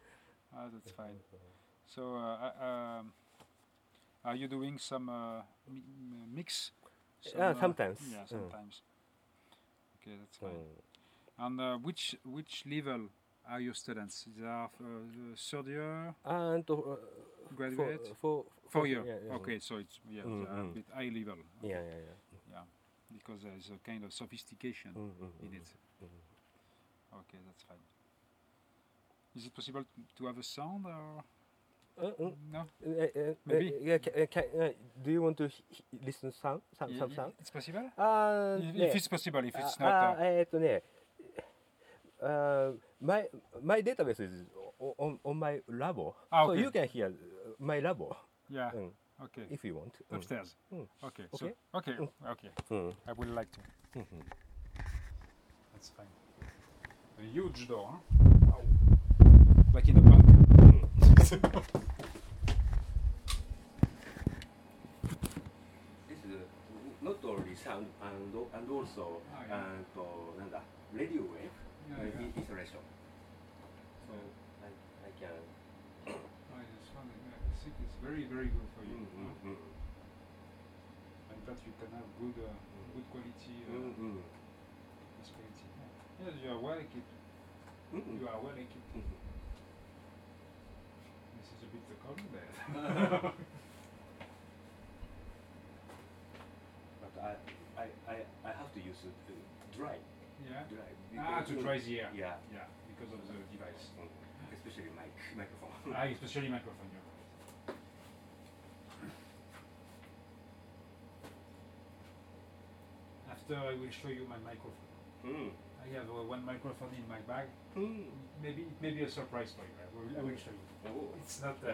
ah, that's fine. So, uh, uh, um, are you doing some uh, mi- m- mix? uh, Yeah, sometimes. Yeah, Mm. sometimes. Okay, that's fine. Mm. And uh, which which level are your students? They are uh, the third year And uh, for- graduate. for Four year. yeah, yeah. Okay, so it's yeah, Mm, they are a mm. bit high level. Yeah, yeah, yeah. Yeah, because there is a kind of sophistication Mm, mm, in mm. it. Oh, Okay, that's fine. Is it possible t- to have a sound or Uh, uh, no? Uh, uh, Maybe. Uh, yeah, ca- uh, ca- uh, do you want to h- h- listen some some I- some i- sound? It's possible. Uh, If, yeah. if it's possible, if it's Uh, not, uh, uh, eh,っとね、uh, my my database is o- on on my labo, Ah, so okay. you can hear uh, my labo yeah. mm, Okay. if you want. Mm. Upstairs. Mm. Okay. Okay. So, okay. Okay. Mm. I would like to. Mhm. That's fine. A huge door. Huh? Like in a bank. This is not only sound and and also Ah, yeah. えっとなんだ radio wave Yeah, yeah. in- installation. So I I can. Oh, I just found it, yeah, I think it's very, very good for you. huh? mm, I thought you can have good, uh, good quality. Uh, mm, mm, this quality. Yeah. yeah, you are well equipped. mm, mm. You are well equipped. Mhm. This is a bit the cold there. But I, I, I, I have to use it to dry. yeah. dry Ah, because- to dry the air. Yeah. Yeah, because of the device. Mm. Especially mic, microphone. Ah, especially microphone. You're right. After I will show you my microphone. Mm. I have uh, one microphone in my bag. Mm. Maybe it may be a surprise for you. I will, I will show you. Oh. It's not uh,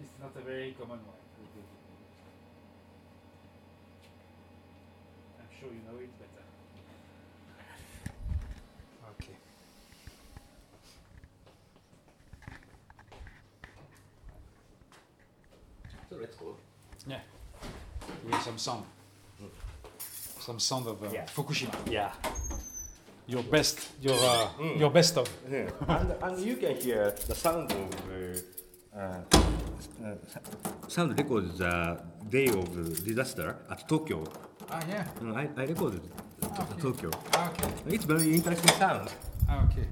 it's not a very common one. I'm sure you know it, but uh, So let's go. Yeah. With some sound. Some sound of uh, Yeah. Fukushima. Yeah. Mm. Your best, your uh, your best of. Yeah. and, and you can hear the sound of uh, uh, sound records the day of the disaster at Tokyo. Ah yeah. And I, I recorded to- to Tokyo. Ah, okay. It's very interesting sound. Ah, okay.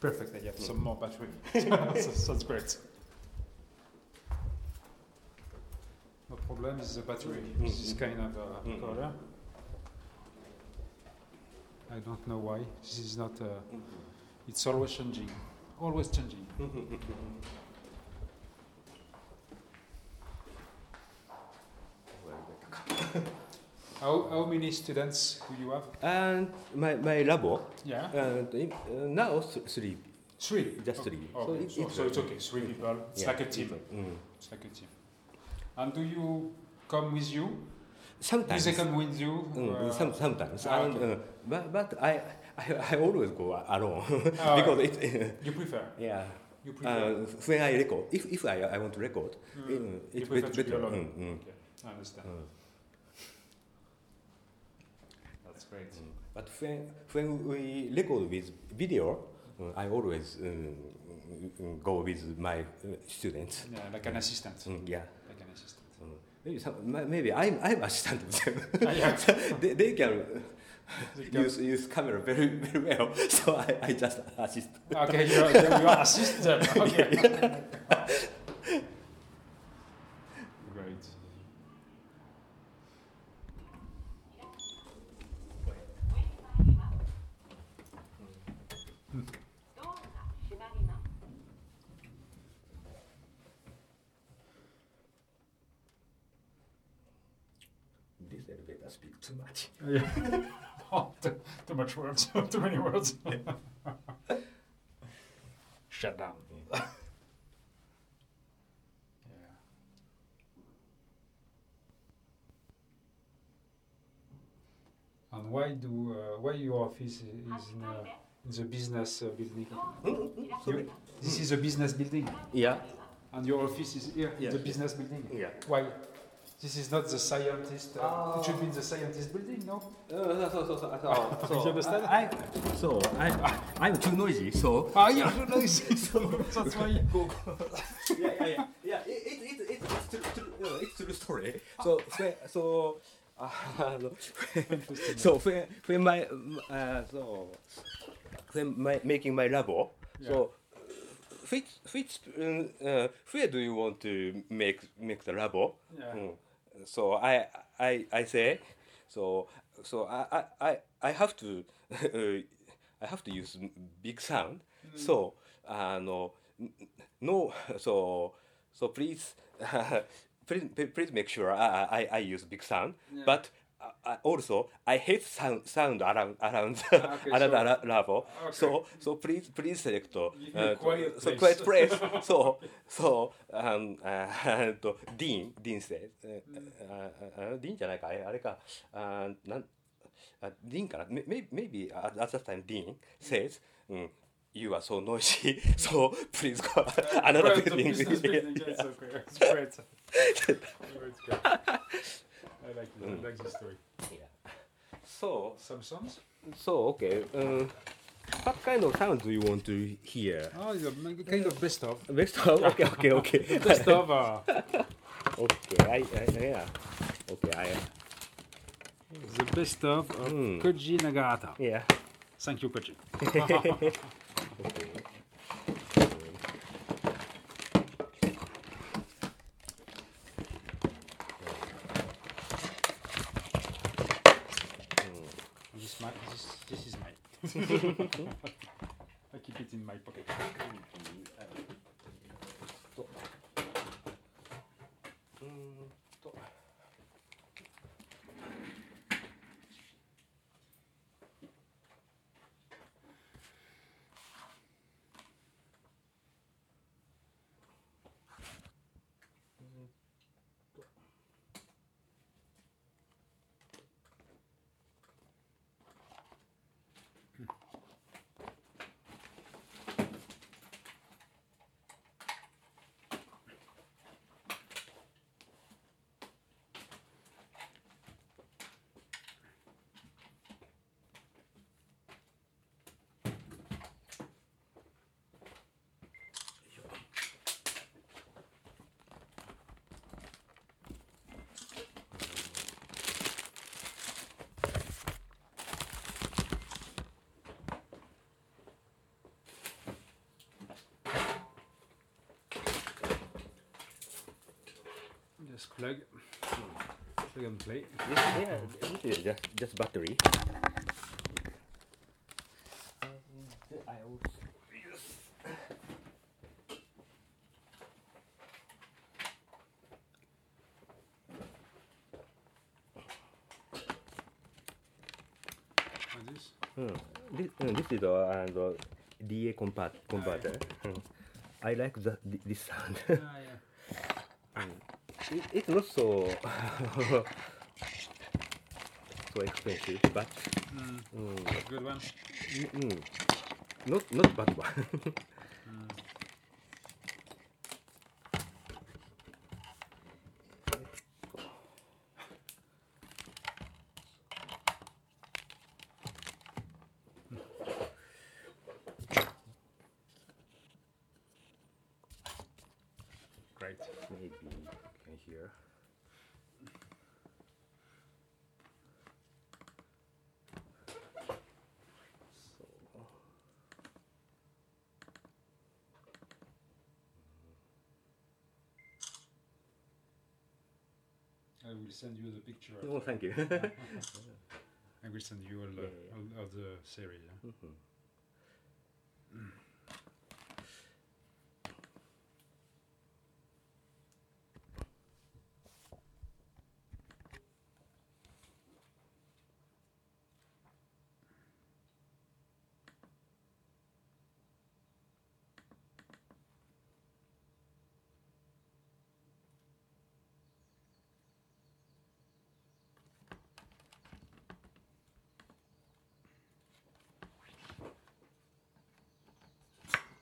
Perfect. I have some more battery. Sounds great. The problem is the battery. This is kind of uh, color. I don't know why. This is not. Uh, It's always changing. Always changing. How, how many students do you have? And my, my labo, Yeah. and in- uh, now th- three. Three. Just Okay. three. Okay. So So, it- Oh, so it's it's, okay. okay. Three people. It's Yeah, like a team. Mm. It's like a team. And do you come with you? Sometimes. Music come with you? Mm, uh, some, sometimes, ah, and, uh, but, but I, I, I always go a- alone Ah, because it, you prefer. yeah. You prefer. Uh, when I record, if, if I, I want to record, Mm. mm, you it's prefer bet- to be better. alone. Mm, mm. Okay. I understand. Mm. That's great. mm. But when, when we record with video, mm, I always um, mm, go with my uh, students. Yeah, like an assistant. Mm, yeah. Like an assistant. Mm. Maybe, some, ma- maybe I'm, I'm assistant of them. Ah, yeah. they, they can They can- use, use camera very, very well, so I, I just assist. okay, you're, you're, you're assistant. Okay. Great. This elevator speaks too much. Oh, too, too much words. too many words. Shut down. yeah. And why do uh, why your office is in, uh, in the business uh, building? You- this is a business building, Yeah, and your office is here in Yes. the business building. yeah. Oh. Why? This is not the scientist. Uh, It should be in the scientist building, no? Uh, so, so, so, so, so, You understand? I, I- so I, I'm too noisy. So Ah, yeah, no, it's, that's why. yeah, yeah, yeah. yeah it, it, it, it, it's true, true, uh, it's true story. So when, so. Uh, so when, when my uh, so when my making my labo so which which um, uh, where do you want to make make the labo Yeah. Mm. so I I I say so so I I I, I have to I have to use big sound Hmm. so uh, no n- no so so please please please make sure I I, I use big sound Yeah. but I, I also I hate sound sound around around Ah, okay, around so- ara- level Okay. so so please please select uh, Give me a quiet so place. quiet place so so um uh, と Dean Dean says えあああ Dean じゃないかあれあれかあなんあ Dean から may- may- maybe at at that time Dean says うん You are so noisy, so please go another Right, the building. business building, yeah, it's okay. It's great. It's great. I like this. I like this story. So, Some songs? so okay. Um, what kind of sound do you want to hear? Oh, you're making kind of best of. Best of? Okay, okay, okay. Best of. Uh, okay, I, I yeah. Okay, I the best of, of Koji Nagata. yeah. Thank you, Koji. This, my, this, this is mine. I keep it in my pocket. plug, plug and play. This, yeah, this is just, just battery. And I also, yes. Like this. Mm. This, mm, this is uh, and, uh, DA compat converter. Mm. I like the, thi- this sound. Yeah, it, yeah. it's not so so expensive, but mm, Good one. mm, mm, not not bad one. Great. Maybe you can hear. So. I will send you the picture. Oh, thank you. I will send you all the, Yeah, all, all the series. yeah.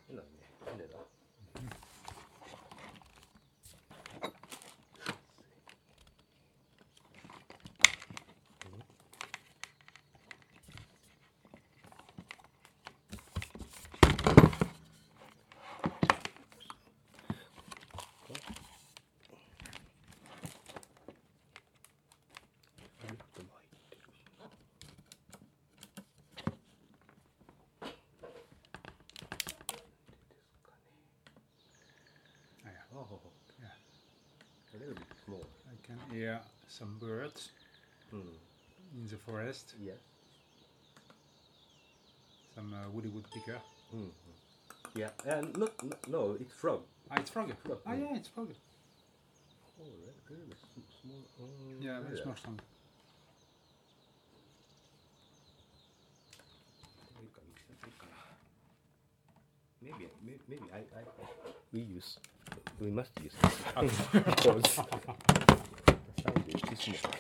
変だね変だよなあいや Oh, Yeah. a little bit small. I can hear some birds Mm. in the forest, Yes. some uh, woody woodpecker. Mm. Yeah, and not, not no, it's frog. Ah, it's frog. Frog, Ah, yeah. yeah, it's frog. Oh, that really sm- small. um, Yeah, area. it's more strong. Maybe, may- maybe I, I, I- we use, we must use this because the sound is too small.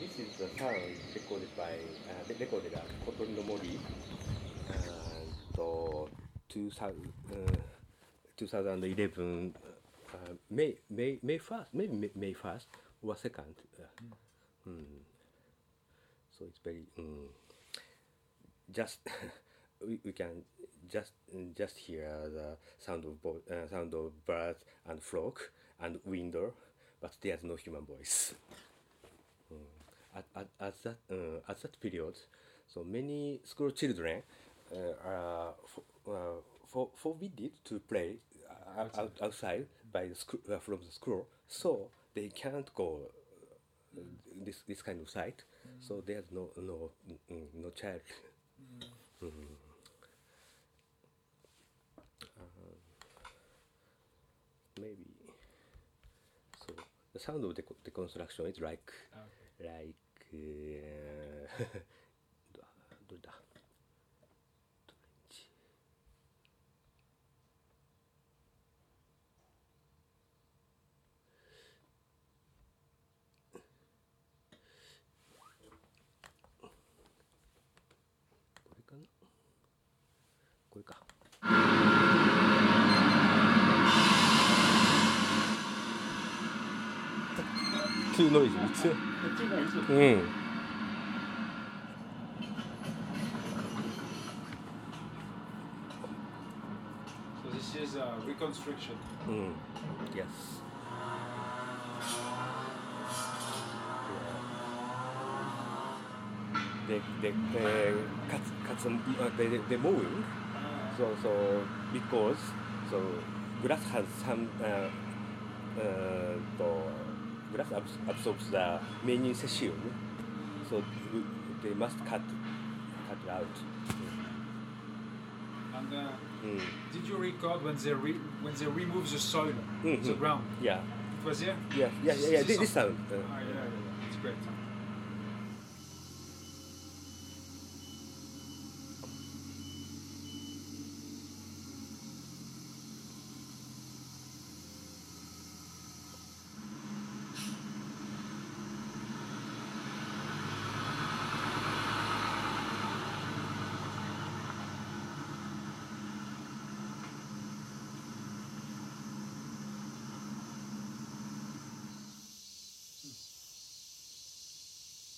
This is the sound recorded by, uh, re- recorded at Kotori no Mori, uh, to 2000, uh, 2011, uh, May, May, May 1st, maybe May, May 1st or 2nd. Uh, mm. so it's very um, just we, we can just just hear the sound of bo- uh, sound of birds and flock and window, but there's no human voice. Um, at, at, at that uh, at that period, so many school children uh, are for, uh, for, forbidden to play uh, out- out, outside by the school, uh, from the school, so they can't go uh, this this kind of site. So there's no no mm, mm, no child. maybe so the sound of the deconstruction is like Okay. like uh, どどれだどれんちこれかなこれか。Too noisy. It's- Mm. So this is a reconstruction. Mm. Yes. They, they, they cut, cut some, uh, they, they- they mowing. Ah. So, so because, so grass has some, uh, uh, the grass abs- absorbs the many cesium. So w- they must cut, cut it out. And uh, Mm. did you record when they re- when they remove the soil, Mhm. the ground? Yeah, It was here. yeah, yeah, yeah, yeah. This This, is this sound. uh, Ah, yeah, yeah, yeah. It's great.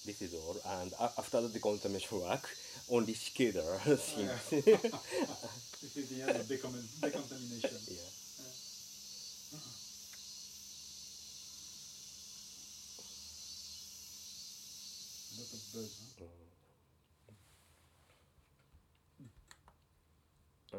This is all, and a- after the contamination work, only cicada sings. yeah. This is the end of decomin- decontamination. Uh-huh. A lot of birds. Uh, Huh?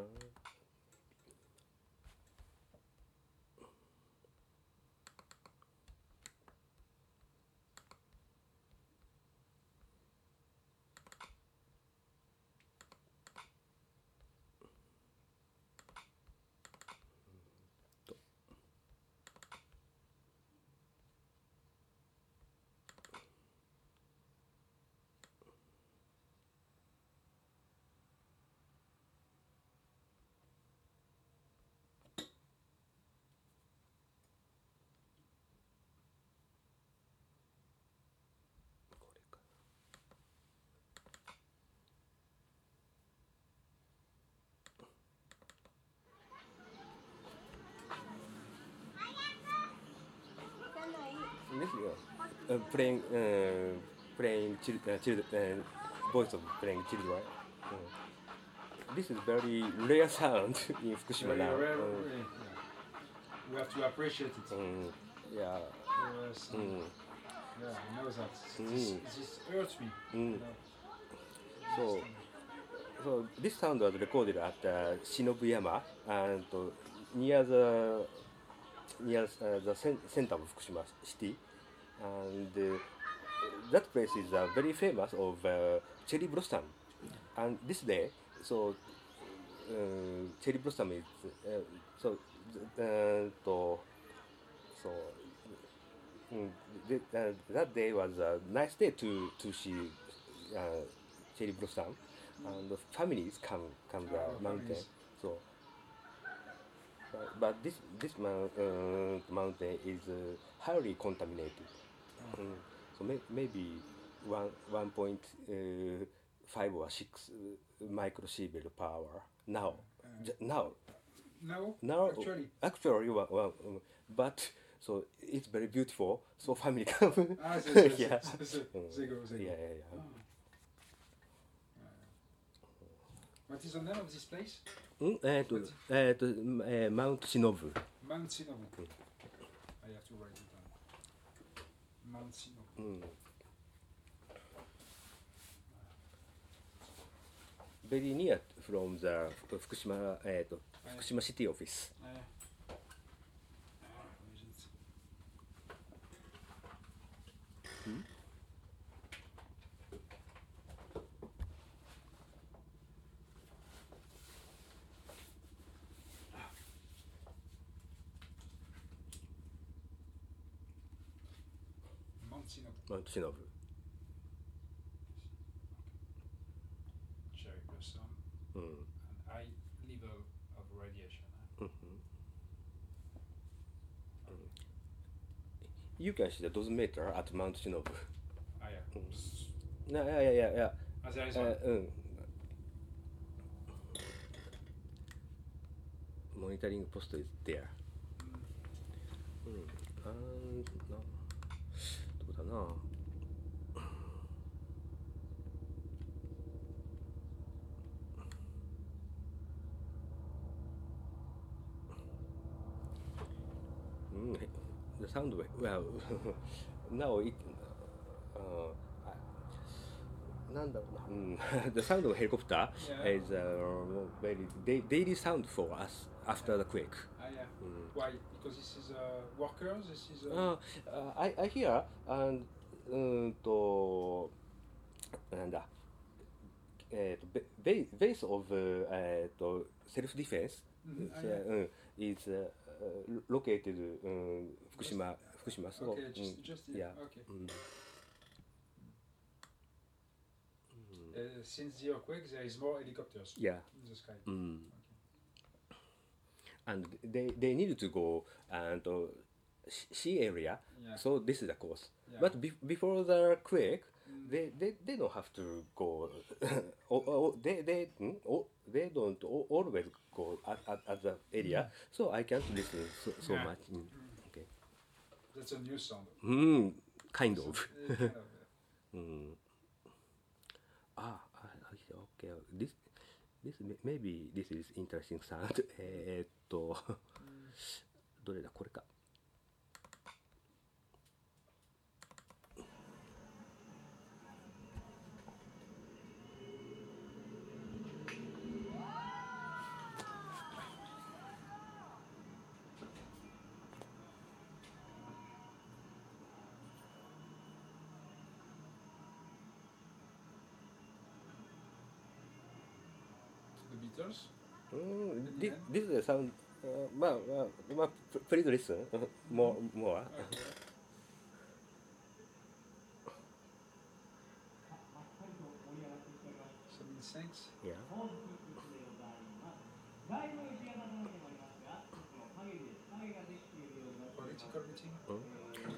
this is uh, playing, uh, playing chil- uh, children, uh, voice of playing children. Uh, This is very rare sound in Fukushima Very now. rare, Uh, really, yeah. We have to appreciate it. mm, yeah. Yes, and- mm. Yeah, I know that. This, Mm. this hurts me. You Mm. know. So, so this sound was recorded at uh, Shinobuyama and uh, near the near uh, the cen- center of Fukushima city, and uh, that place is uh, very famous of uh, cherry blossom. And this day, so uh, cherry blossom is uh, so uh, to, so. Mm, th- th- uh, that day was a nice day to to see uh, cherry blossom, and the families come come the Oh, mountain. families. So, but, but this this mou- uh, mountain is uh, highly contaminated. Mm. So may, maybe one one point uh, five or six uh, microsievert per hour now. Ju- now uh, No, now actually. actually well, well, um, but so it's very beautiful so family come Ah, so, so, so, yeah so, so, so, Mm. they go, they go. yeah yeah yeah Ah. What is er the name of this place? うんえっ、とえっ、と、えーマウントシノブ Mount Sinobu. I have to write it down. Mount Sinobu. ベリーニア from the 福島えっ、と福島シティオフィス Uh, where is it? Mount Sinobu. マウントシノブ cherry blossom, うん and high level of radiation. huh? うんうん You can see the dosimeter at Mount Shinobu. Ah, yeah. No, yeah, yeah, yeah, yeah. Ah, there is あ Eh, one. うんモニタリングポスト is there うんあーなどうだなうんへ The sound wave well now it あーなんだろうな、うん、The sound of helicopter Yeah. is a very da- daily sound for us after the quake. Ah, yeah. Mm. Why? Because this is uh, workers, this is. Uh, Uh, I, I hear, and, うーんと、なんだ、えー、とベベ base of、えー、と self defense、 Mhm, I うん、is、uh, located、うん、福島、福島、そう。 okay, just, うん just mm, yeah. Mm. Okay. うん Uh, since the earthquake, there is more helicopters Yeah. Mm. in the sky. うん。And they, they need to go and uh, sea area. Yeah. So this is the cause. Yeah. But be- before the quake, they, they, they don't have to go. o- o- they they hmm? o- they don't o- always go at, at, at the area. So I can't listen so, so Yeah. much. Mm. Okay. That's a new sound. Uh, Mm, kind So, of. uh, kind of, uh, Mm. Ah, I- I see. okay. This this may- maybe this is interesting sound. えーっと、 どれだこれか。 the Beatles. うん、this this is a sound. あまあまあまあ、please listen more more. Okay. Some insects. Yeah. 本日でございます。街路石が傾いてまいりますが、その影で影ができているようになっています。 Political meeting.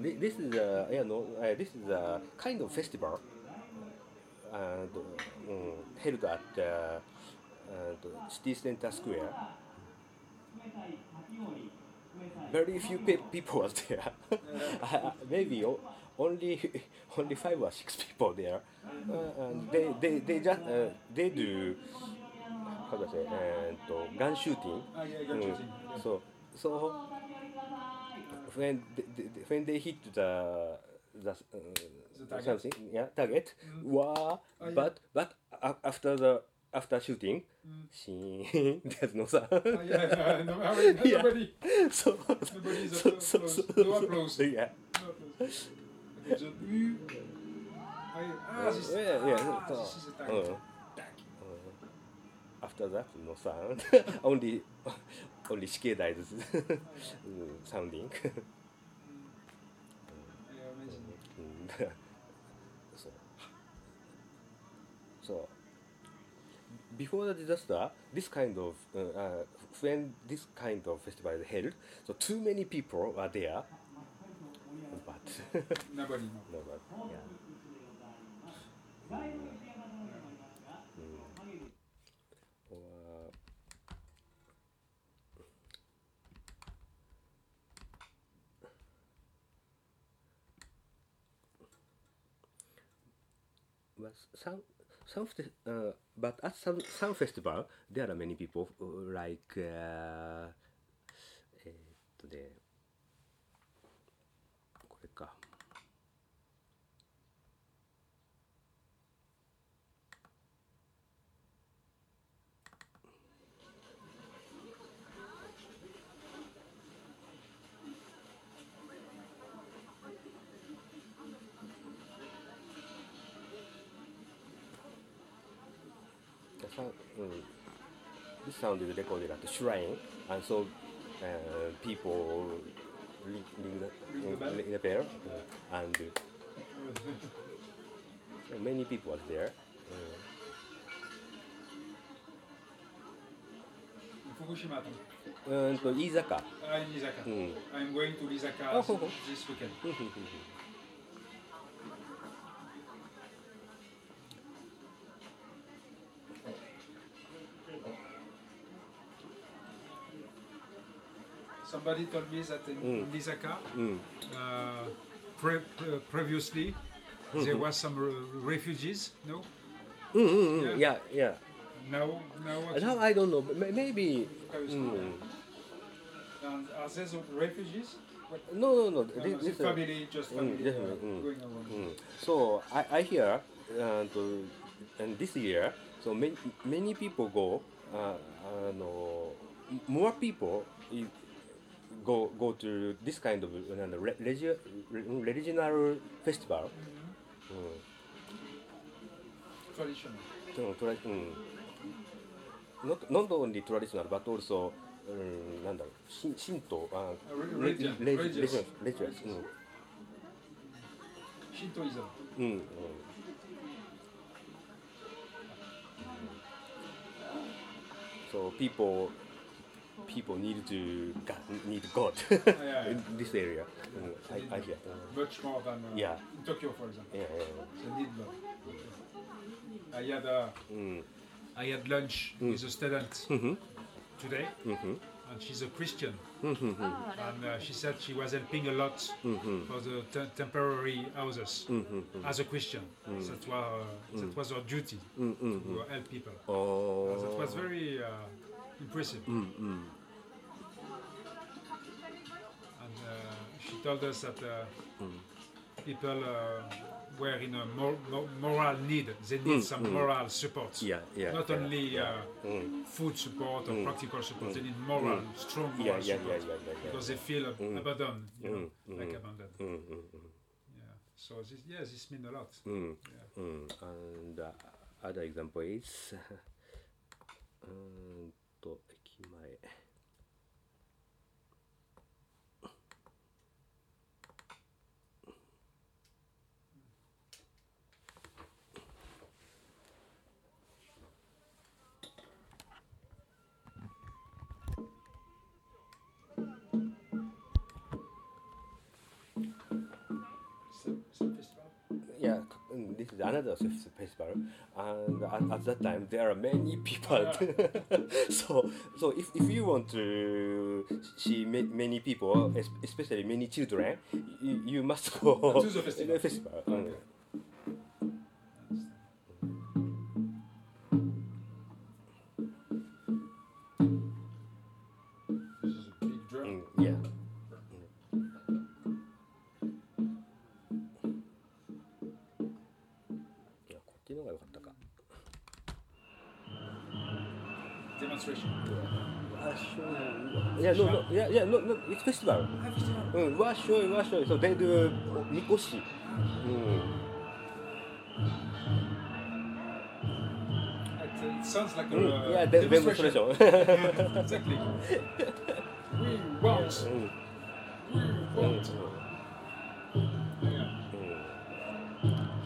Thi- This is a yeah no uh, this is a kind of festival and um, held at uh, and city center square. 冷たいかき氷、冷たい Very few pe- people was there. Uh, Maybe o- only only five or six people there. Uh, and they they they just uh, they do how do I say and uh, gun shooting. Ah, yeah, you're Mm. cheating. Yeah. So so when they, they, when they hit the the, uh, The target. something yeah target wow Oh, yeah. but but a- after the after shooting shing, there's no sound Ah, yeah, no, ah, wait, Yeah. nobody. so Nobody is so, so, applause. so, No applause. so, yeah No applause. Okay, the U. Ah, yeah. ah, this, yeah, yeah, ah, so- this is a tank. uh. Tank. after that no sound only only shikeda is mm, sounding Yeah, amazing. Mm. so, so before the disaster, this kind of uh, uh, when this kind of festival is held, so too many people are there. But Nobody knows. no, but yeah. 街路石が傾いてまいりますが、その影で Or, uh, But sound, some festi- uh, but at some, some festival there are many people uh, like uh, eh, えーっとねこれか The sound, mm, this sound is recorded at the shrine, and so uh, people ring, ring the, the bell? ring the bell, uh, and so many people are there. Uh, Fukushima. うーんと飯坂 Ah, in Izaka. Mm. I'm going to Izaka Oh, oh, oh. this weekend. サンバディ told me that in Lisaka, uh, pre- pre- previously there was some re- refugees. No, うんうんうんいやいや now, now what? now I don't know May- maybe is- And are there the refugees? What? no no no No, this, no, the this family, just family Mm, uh, mm. going around. Mm. So I, I hear uh, to, and this year, so many, many people go, uh, uh, no, m- more people i- go go to this kind of uh, no, re- regi- re- regional festival. Mm. Traditional. So, tra- mm. Not, not only traditional, but also, um, なんだろう、神神道、あ Re- religion, re- religious. religious, religious, うん Shintoism. うんうん So people people need to God, need God yeah. in this area. Mm, I, I hear. Much more than uh, Yeah. in Tokyo, for example. Yeah, yeah, They need love. I had uh, yeah. Mm, Mm-hmm. I had lunch with a student today, and she's a Christian. Mm-hmm. And uh, she said she was helping a lot for the te- temporary houses Mm-hmm. as a Christian. Mm. That, was, uh, that was her duty to help people. oh. mm, That was very uh, impressive. And uh, she told us that uh, people uh, were in a mor- mor- moral need. They need some moral support. Mm, Yeah, yeah, Not yeah, only yeah. Mm. Uh, food support or practical support. They need moral, strong Yeah, moral yeah, yeah, support yeah, yeah, yeah. because they feel ab- abandoned, you know, Mm, like abandoned. Mm, mm, mm. Yeah. So this, yeah, this means a lot. Mm. Mm. And uh, other example is うーんと駅前 Some, some festival. Yeah, c- mm, this is another fes- festival, and at, at that time there are many people. so, so if, if you want to see ma- many people, es- especially many children, you, you must go To the festival. in a festival. Mm. Okay. Understand. This is a big drum. Mm, yeah. Yeah, こっちの方が良かったか。 Demonstration. あ、そう。いや、no, no, いや、いや、no, no, it's festival. うん、わっしょいわっしょい、そう、で、で、みこし。うん。 It, it sounds like a うん、い uh, や、で、デモンストレーショ demonstration. ン。 exactly. we want. We Mm. want. Yeah.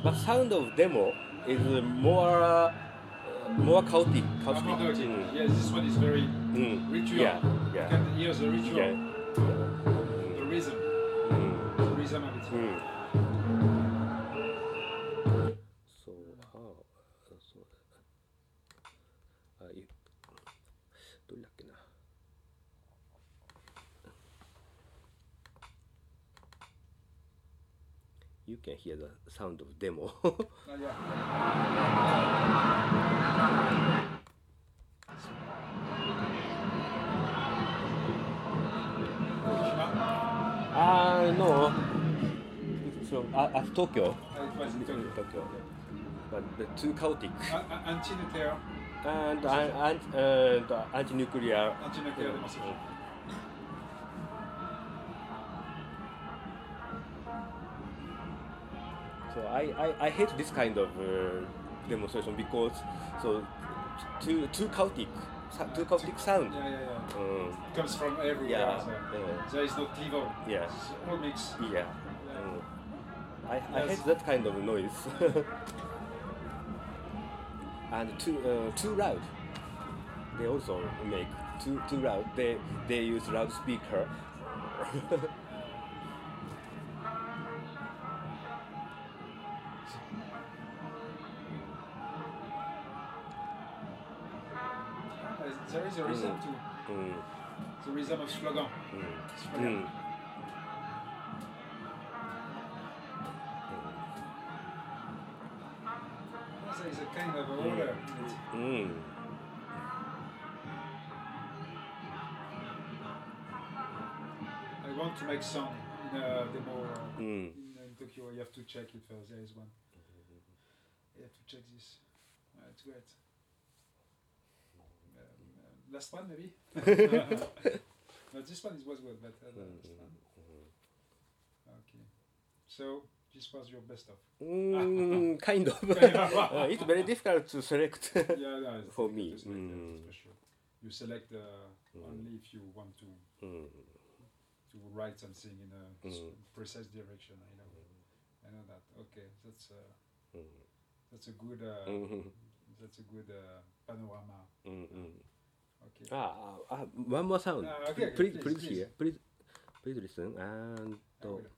But sound of demo is more, uh, more chaotic, chaotic. Avant the- うん Yeah, this one is very うん。Mm. ritual. Yeah, You yeah. Mm. can hear the ritual, いや、 the rhythm, うん。 the rhythm of it. うん。そう、ああ、そうだ。あ、いどれだっけな。 You can hear the sound of demo. Uh, yeah. Fukushima? ah, no. It's from uh, at Tokyo. Uh, It was in Tokyo. Tokyo. But the too chaotic. A- a- ah, Anti-nuclear, And, and, and uh, the anti-nuclear. Mm. anti-nuclear demonstration. So I, I, I hate this kind of uh, demonstration because so too too chaotic, so- too chaotic sound. Yeah, yeah, yeah. Mm. It comes from everywhere. Yeah, so yeah. There is no cleaver. Yeah. It's all mixed. Yeah. Mm. I, I Yes. hate that kind of noise. and too uh, too loud. They also make too too loud. They they use loudspeaker. Uh, There is a reason Mm. to Mm. the rhythm of slogan. Mm. Slogan. There is a kind of order. in it. Mm. I want to make some in a demo uh, Mm. in, in Tokyo. You have to check it first. There is one. You have to check this. Uh, it's great. Um, uh, last one maybe. but this one is was good, but uh, the last Mm-hmm. one. Okay. So this was your best of. Mm, kind of. Uh, it's very difficult to select. yeah, no, it's For difficult me, to select, yeah, it's mm. special. You select uh, only if you want to Mm, to write something in a s- Mm. precise direction. I know. I know that. Okay, that's uh, mm, that's a good uh, mm, that's a good uh, panorama. mm, mm. Okay. Ah, ah, ah, one more sound. Ah, okay, okay, please, please, please, please. hear. Please, please listen. And I will. maybe.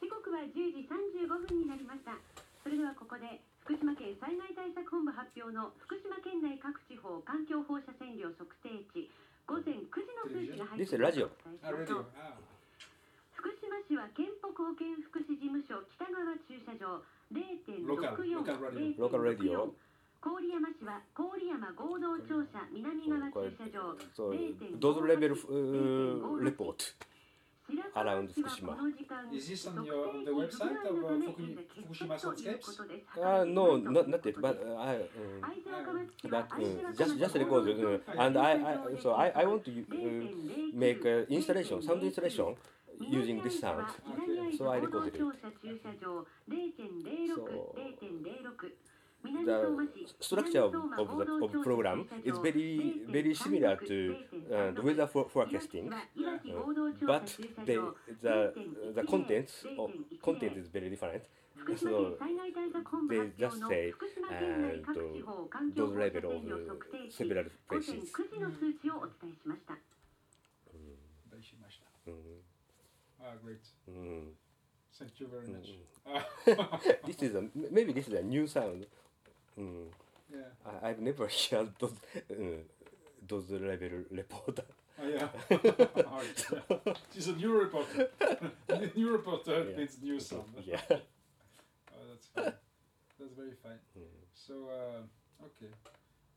時刻は10時35分になりましたそれではここで福島県災害対策本部発表の福島県内各地方環境放射線量測定値午前9時の数値が入ってい This is radio. あ、レディオ。あ、福島市は県北保健福祉事務所北側駐車場ロカ0.64ロカルロカルラディオ0.64郡山市は郡山合同庁舎南側駐車場 So, 0.58 those level uh, report. around 福 Fukushima. Is this on your- on the website of, uh, Fuku- Fukushima Soundscapes? Uh, no, not, not it. But uh, I. um, but uh, just just record it, uh, and I, I so I, I want to uh, make uh, installation sound installation using this sound So I recorded it. So, the structure of, of the of program is very very similar to uh, the weather for- forecasting, uh, but but they, the the the contents of content is very different. So they just say and uh, those those level level of uh, of several several places. places. 大しました。 Mm, あ、great. Ah, mm. Thank you very much. Mm. あ、 This is a maybe this is a new sound. Mm. yeah. I, I've never heard those uh, those level report. Oh, yeah. Oh, yeah. She's a new reporter. new reporter Yeah. means new sound. yeah. Oh, that's fine. That's very fine. Mm. So, uh, okay.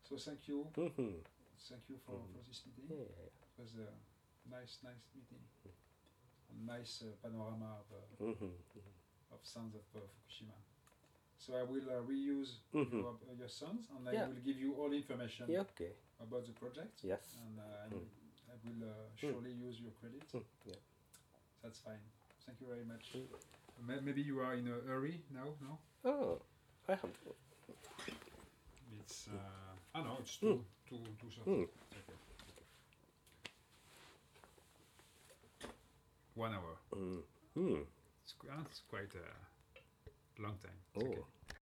So thank you. Mhm. Thank you for, Mm-hmm. for this Yeah. meeting. It was a nice, nice meeting. A nice uh, panorama of, uh, Mhm. of sounds of uh, Fukushima. So I will uh, reuse Mhm. your, uh, your sounds and I Yeah. will give you all information Yeah, okay. about the project. Yes. And uh, I will- I will uh, surely use your credit. Mm, yeah. That's fine. Thank you very much. Mm. Ma- Maybe you are in a hurry now, no? Oh, I have. It's uh, ah no, it's too too too soft. Mm. It's okay. One hour. Mm. Mm. It's, qu- ah, it's quite a long time. It's Oh. okay.